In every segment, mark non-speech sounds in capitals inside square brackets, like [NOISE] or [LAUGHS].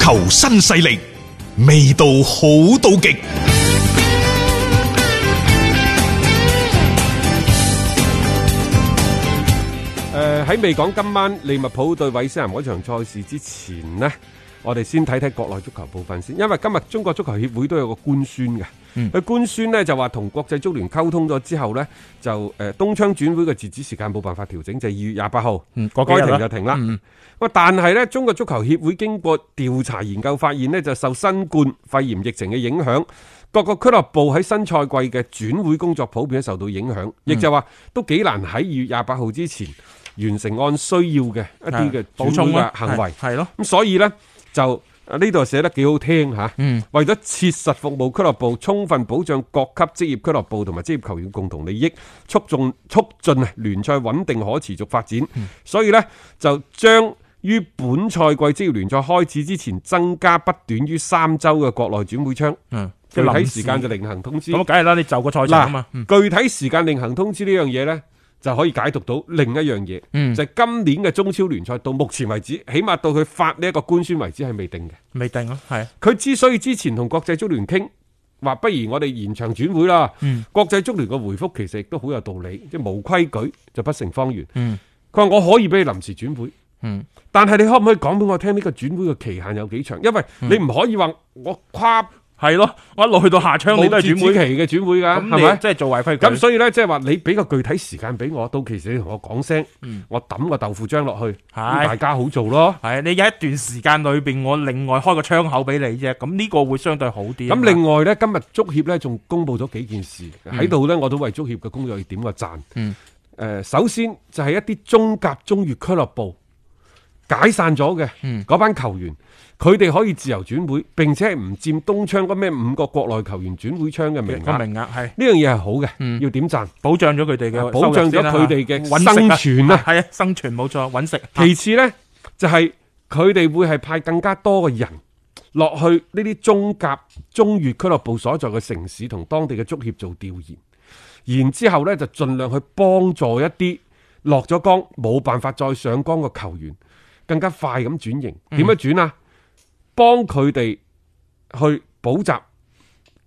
球新勢力，味道好到極。誒呃喺未講今晚利物浦對韋斯咸嗰場賽事之前呢，我哋先睇睇國內足球部分先，因為今日中國足球協會都有個官宣嘅。佢、嗯官宣呢就話同國際足聯溝通咗之後呢，就誒、呃、冬窗轉會嘅截止時間冇辦法調整，就係、二月廿八號，嗯嗰幾日該停就啦嗯停啦。喂，但係呢，中國足球協會經過調查研究發現呢，就受新冠肺炎疫情嘅影響。各個俱樂部喺新賽季嘅轉會工作普遍都受到影嗯響，亦就話都幾難喺二月廿八號之前完成按需要嘅一啲嘅補轉充啊會啦嘅行為。係係咯，咁所以呢，就啊呢度寫得幾好聽嚇，嗯為咗切實服務俱樂部，充分保障各級職業俱樂部同埋職業球員共同利益，促進促進啊聯賽穩定可持續發展。所以呢，就將於本賽季職業聯賽開始之前增加不短於三週嘅國內轉會窗，嗯，具臨體時時間就另行通知。咁梗係啦，你就個賽程啊嘛，嗯嗱，具體時間另行通知呢樣嘢呢，就可以解讀到另一樣嘢，嗯就係今年嘅中超聯賽到目前為止，起碼到佢發呢一個官宣為止係未定嘅。未定咯，係佢之所以之前同國際足聯傾，話不如我哋延長轉會啦。嗯國際足聯嘅回覆其實亦都好有道理，即係無規矩就不成方圓。嗯佢話我可以俾你臨時轉會，嗯但係你可唔可以講俾我聽呢個轉會嘅期限有幾長？因為嗯你唔可以話我跨係咯，我一路去到下窗冇你都係截止轉會，期嘅轉會㗎，咁係你咪？即係做違規咁矩，所以呢，即係話你俾個具體時間俾我，到其時你同我講聲，我抌個豆腐漿落去，咁嗯大係家好做咯。係你有一段時間裏邊，我另外開個窗口俾你啫，咁呢個會相對好啲啊嘛。咁另外呢，今日足協呢仲公布咗幾件事喺度呢，我都為足協嘅工作要點個讚。嗯誒，首先就係一啲中甲、中乙俱樂部解散咗嘅嗯嗰班球員，佢哋可以自由轉會，並且係唔佔東窗嗰咩五個國內球員轉會窗嘅名個額。呢名額係樣嘢係好嘅，嗯要點讚。保障咗佢哋嘅保障咗佢哋嘅生存啊係啊，生存冇錯， [LAUGHS] 揾食。其次呢，就係佢哋會係派更加多嘅人落去呢啲中甲、中乙俱樂部所在嘅城市同當地嘅足協做調研，然之後呢，就盡量去幫助一啲落咗崗冇辦法再上崗嘅球員，更加快咁轉型。點樣轉啊？幫佢哋去補習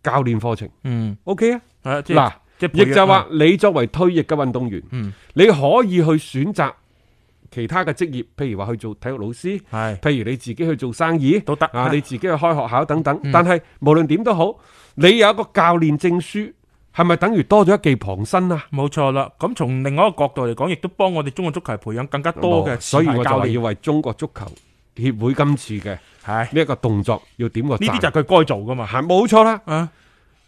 教練課程嗯， ，OK 啊？係即係嗱，即係培亦養就話你作為退役嘅運動員，嗯你可以去選擇其他嘅職業，譬如話去做體育老師，係譬如你自己去做生 [LAUGHS] 意都得啊，係你自己去開學校等等。嗯但係無論點都好，你有一個教練證書，係咪等於多咗一技傍身啊？冇錯啦。咁從另外一個角度嚟講，亦都幫我哋中國足球培養更加多嘅哦所以我就教話練要。為中國足球協會今次嘅係呢呢一個動作要點個讚。啲就係佢該做噶嘛。係冇錯啦。啊，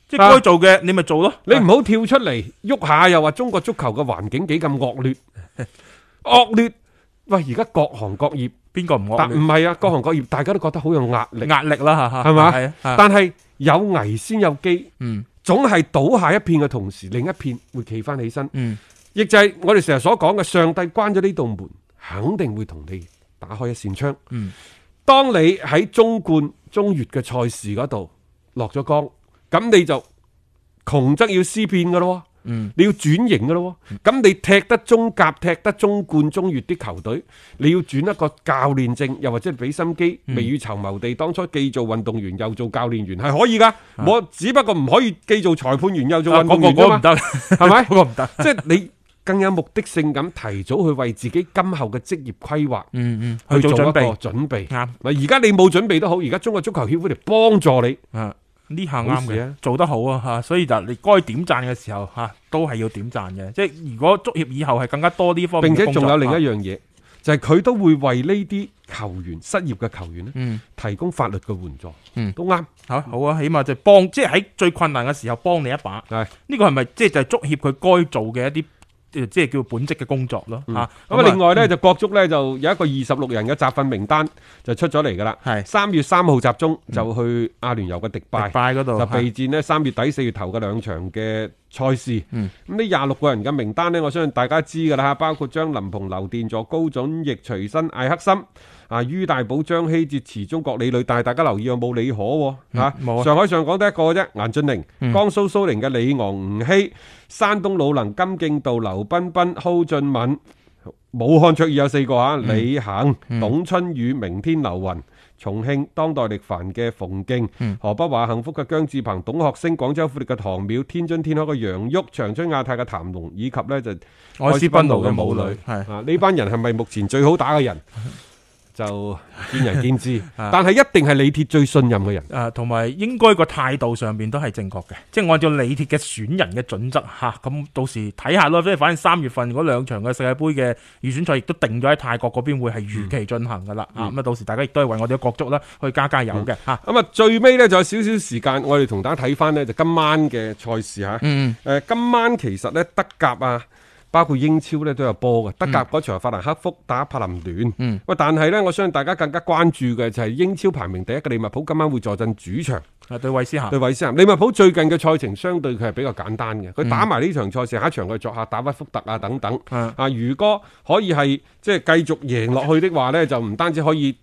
即係該做嘅你咪做咯。你唔好跳出嚟喐下，又話中國足球嘅環境幾咁惡 [LAUGHS] 劣，惡劣。喂，而家各行各業，邊個唔惡但劣唔係啊，各行各業大家都覺得好有壓力，壓力啦嚇嚇，係嘛係啊係啊，但係有危先有機，嗯總係倒下一片嘅同時，另一片會企翻起身。嗯亦就係我哋成日所講嘅，上帝關咗呢道門，肯定會同你打開一扇窗。嗯，當你喺中冠、中乙嘅賽事嗰度落咗崗，咁你就窮則要思變噶咯。嗯，你要轉型噶咯喎，咁你踢得中甲、踢得中冠、中乙啲球隊，你要轉一個教練證，又或者俾心機、嗯未雨綢繆地，當初既做運動員又做教練員係可以噶，我只不過唔可以既做裁判員又做啊運動嗰個員啫嗰個唔嘛，得， [LAUGHS] 係咪？嗰個唔得。即係你更有目的性咁提早去為自己今後嘅職業規劃嗯嗯，去去做一做個準備準備。啱嗱，而家你冇準備都好，而家中國足球協會嚟幫助你。啊。呢下好啱事啊嘅，做得好啊嚇，所以就你該點讚嘅時候嚇，都係要點讚嘅。即係如果足協以後係更加多呢方面並嘅且工作，仲有另一啊，樣嘢，就係佢都會為呢啲球員失業嘅球員咧，嗯，提供法律嘅援助，嗯都啱，好好啊，起碼就幫，即係喺最困難嘅時候幫你一把。係。呢個係咪即係就係足協佢該做嘅一啲，呃即係叫本職嘅工作咯嚇。嗯咁啊咁啊，另外呢，就國足呢，就有一個二十六人嘅集訓名單就出咗嚟㗎啦。係嗯三月三號集中就去阿聯酋嘅迪拜迪，拜嗰度就備戰呢三月底四月頭嘅兩場嘅賽事。嗯咁呢廿六個人嘅名單呢，我相信大家知㗎啦，包括張林鵬、劉殿座、高準翼、徐新、艾克森、啊于大寶、張稀哲、池中國、李磊，但係大家留意有冇李可喎、嚇嗯冇啊嗯上海上港得一個啫，顏俊寧、江蘇蘇寧嘅李昂、吳曦、山東魯能、金敬道、劉彬彬、蒿俊嗯閔。武漢卓爾有四個啊，李行、董春雨、明天劉雲、重慶當代力帆嘅馮敬、嗯河北華幸福嘅姜志鵬、董學升、廣州富力嘅唐淼、天津天海嘅楊旭、長春亞泰嘅譚龍，以及呢就愛斯賓奴嘅舞舞女係啊，呢班人係咪目前最好打嘅 [LAUGHS] 人？就見仁見智，啊但係一定係李鐵最信任嘅人。誒，啊同埋應該個態度上邊都係正確嘅，即係按照李鐵嘅選人嘅準則嚇，咁、到時睇下咯。即係反正三月份嗰兩場嘅世界盃嘅預選賽亦都定咗喺泰國嗰邊會係如期進行噶啦。嗯啊，咁啊到時大家亦都係為我哋嘅國足啦去加加油嘅嚇。咁啊，最尾呢，仲有少少時間，我哋同大家睇翻呢，就今晚嘅賽事嚇。嗯，誒、今晚其實咧德甲啊，包括英超咧都有波嘅。德甲嗰場法蘭克福打柏林聯，嗯喂，但係咧，我相信大家更加關注嘅就係英超排名第一嘅利物浦今晚會坐鎮主場啊對韋斯咸，對韋斯咸。利物浦最近嘅賽程相對佢係比較簡單嘅，佢打埋呢場賽事，下一場佢作客打屈福特啊等等。啊啊，如果可以係即係繼續贏落去的話呢，就唔單止可以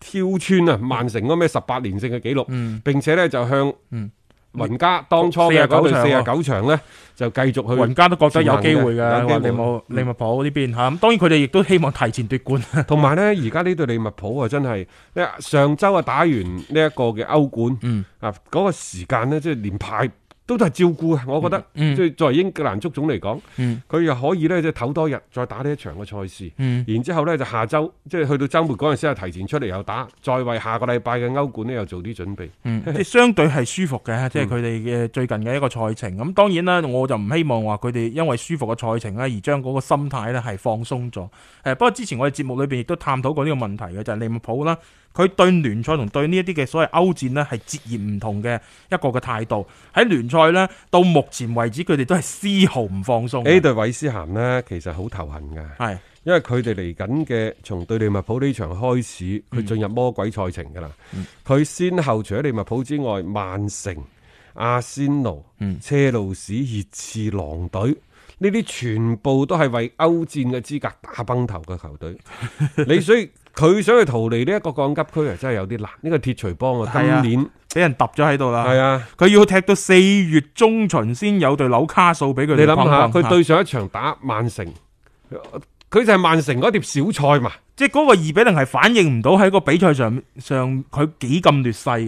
挑穿啊曼城嗰咩十八連勝嘅紀錄，嗯並且呢就向嗯雲加當初嘅嗰隊四十49九場呢，就繼續去雲家都覺得有機會有機會嘅，利物利物浦呢邊嚇，咁當然佢哋亦都希望提前奪冠。同埋呢，而家呢隊利物浦啊，真係咧上週啊打完呢一個嘅歐冠，嗯啊嗰、個時間咧，即係連排都係照顧啊！我覺得，嗯即係作為英格蘭足總嚟講，嗯佢又可以呢，即係唞多日再打呢一場嘅賽事。嗯，然之後呢，就下週，即係去到週末嗰陣時，又提前出嚟又打，再為下個禮拜嘅歐冠呢，又做啲準備。嗯，即係相對係舒服嗯嘅，即係佢哋嘅最近嘅一個賽程。咁當然啦，我就唔希望話佢哋因為舒服嘅賽程咧，而將嗰個心態咧係放鬆咗。誒，不過之前我哋節目裏邊亦都探討過呢個問題嘅，就係、利物浦啦，佢對聯賽同對呢一啲嘅所謂歐戰呢係截然唔同嘅一個嘅態度。喺聯賽呢，到目前為止佢哋都係絲毫唔放鬆嘅。呢隊韋斯咸呢，其實好頭痕㗎，係因為佢哋嚟緊嘅從對利物浦呢場開始，佢進入魔鬼賽程㗎啦。佢、先後除咗利物浦之外，曼城、阿仙奴、嗯車路士、熱刺、狼隊。呢啲全部都係為歐戰嘅資格打崩頭嘅球隊，你所以佢想去逃離呢一個降級區啊，真係有啲難。呢、個鐵錘幫啊，係啊今年俾人揼咗喺度啦。係啊，佢要踢到四月中旬先有對紐卡素俾佢哋你諗下，轟轟佢對上一場打曼城，佢就係曼城嗰碟小菜嘛。即係嗰個二比零係反映唔到喺個比賽上上佢幾咁劣勢嘅，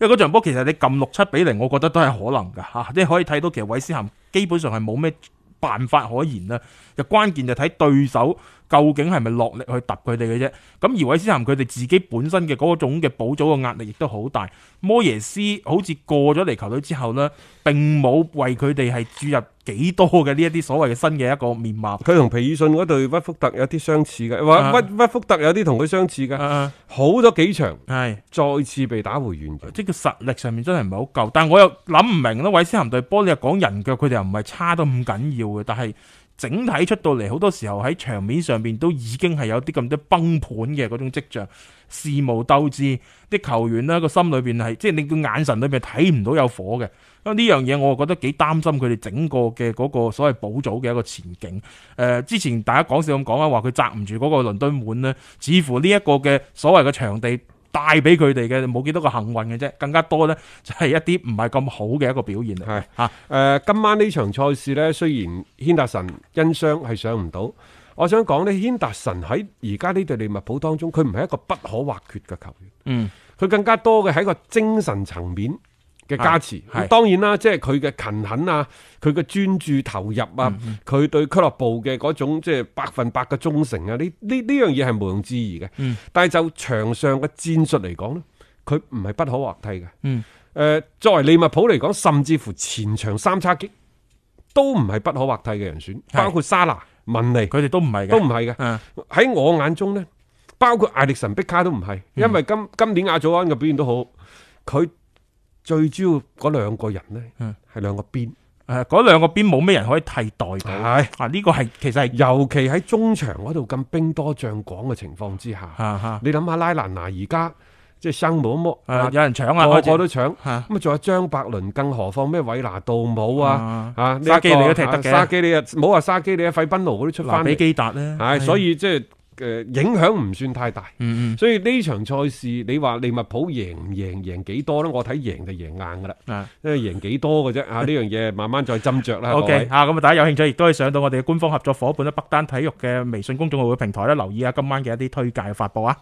因為嗰場波其實你撳六七比零，我覺得都係可能㗎嚇、即係可以睇到其實韋斯咸基本上係冇咩辦法可言啦，就關鍵就睇對手究竟係咪落力去揼佢哋嘅啫。咁而韋斯咸佢哋自己本身嘅嗰種嘅補組嘅壓力亦都好大，摩耶斯好似過咗嚟球隊之後呢，並冇為佢哋係注入幾多嘅呢一啲所謂嘅新嘅一個面貌。佢同皮爾遜嗰隊屈福特有啲相似嘅，啊話屈屈福特有啲同佢相似嘅，啊好咗幾場，係。再次被打回原形。即係佢實力上面真係唔係好夠，但係我又諗唔明啦。韋斯咸對波，你又講人腳，佢哋又唔係差得咁緊要嘅，但係整體出到嚟好多時候喺場面上邊都已經係有啲咁多崩盤嘅嗰種跡象，事無鬥志，啲球員呢個心裏邊係即係你個眼神裏邊睇唔到有火嘅。咁呢樣嘢我覺得幾擔心佢哋整個嘅嗰個所謂補組嘅一個前景。誒、呃之前大家講笑咁講啊，話佢擲唔住嗰個倫敦碗呢，似乎呢一個嘅所謂嘅場地帶俾佢哋嘅冇幾多個幸運嘅啫，更加多呢就係一啲唔係咁好嘅一個表現嚟。係啊誒、今晚呢場賽事呢，雖然軒達臣因傷係上唔到，我想講呢，軒達臣喺而家呢隊利物浦當中，佢唔係一個不可或缺嘅球員。嗯，佢更加多嘅係一個精神層面嘅加持。係係咁當然啦，即係佢嘅勤懇啊，佢嘅專注投入啊，嗯佢、對俱樂部嘅嗰種即係百分百嘅忠誠啊，呢呢呢樣嘢係毋庸置疑嘅。嗯但係就場上嘅戰術嚟講呢，佢唔係不可或替嘅。嗯誒、作為利物浦嚟講，甚至乎前場三叉戟都唔係不可或替嘅人選，係包括沙拿、文尼佢哋都唔係嘅，都唔係嘅。嗯喺我眼中呢，包括艾力神碧卡都唔係，嗯因為今今年亞祖安嘅表現都好，佢最主要嗰兩個人嗯呢，係兩個邊，誒嗰兩個邊冇咩人可以替代到係啊！呢個係其實係尤其喺中場嗰度咁兵多將廣嘅情況之下，嚇嚇你諗下拉蘭拿而家即係生冇乜，誒有人搶啊啊，個開始個都搶，嚇咁啊仲有張伯倫，更何況咩韋拿杜姆啊啊啊呢一個沙基利都踢得啊嘅沙基利啊冇話沙基利啊，費賓奴嗰啲出嗱翻嚟比，基達咧，係所以即係誒影響唔算太大。嗯所以呢場賽事，你話利物浦贏唔贏，贏幾多呢？我睇贏就贏硬噶啦，嗯啊。因為贏幾多嘅啫啊！呢樣嘢慢慢再斟酌啦。 O 各 K 位啊，咁啊，大家有興趣亦都可以上到我哋嘅官方合作伙伴咧北單體育嘅微信公眾號嘅平台咧，留意下今晚嘅一啲推介嘅發布啊。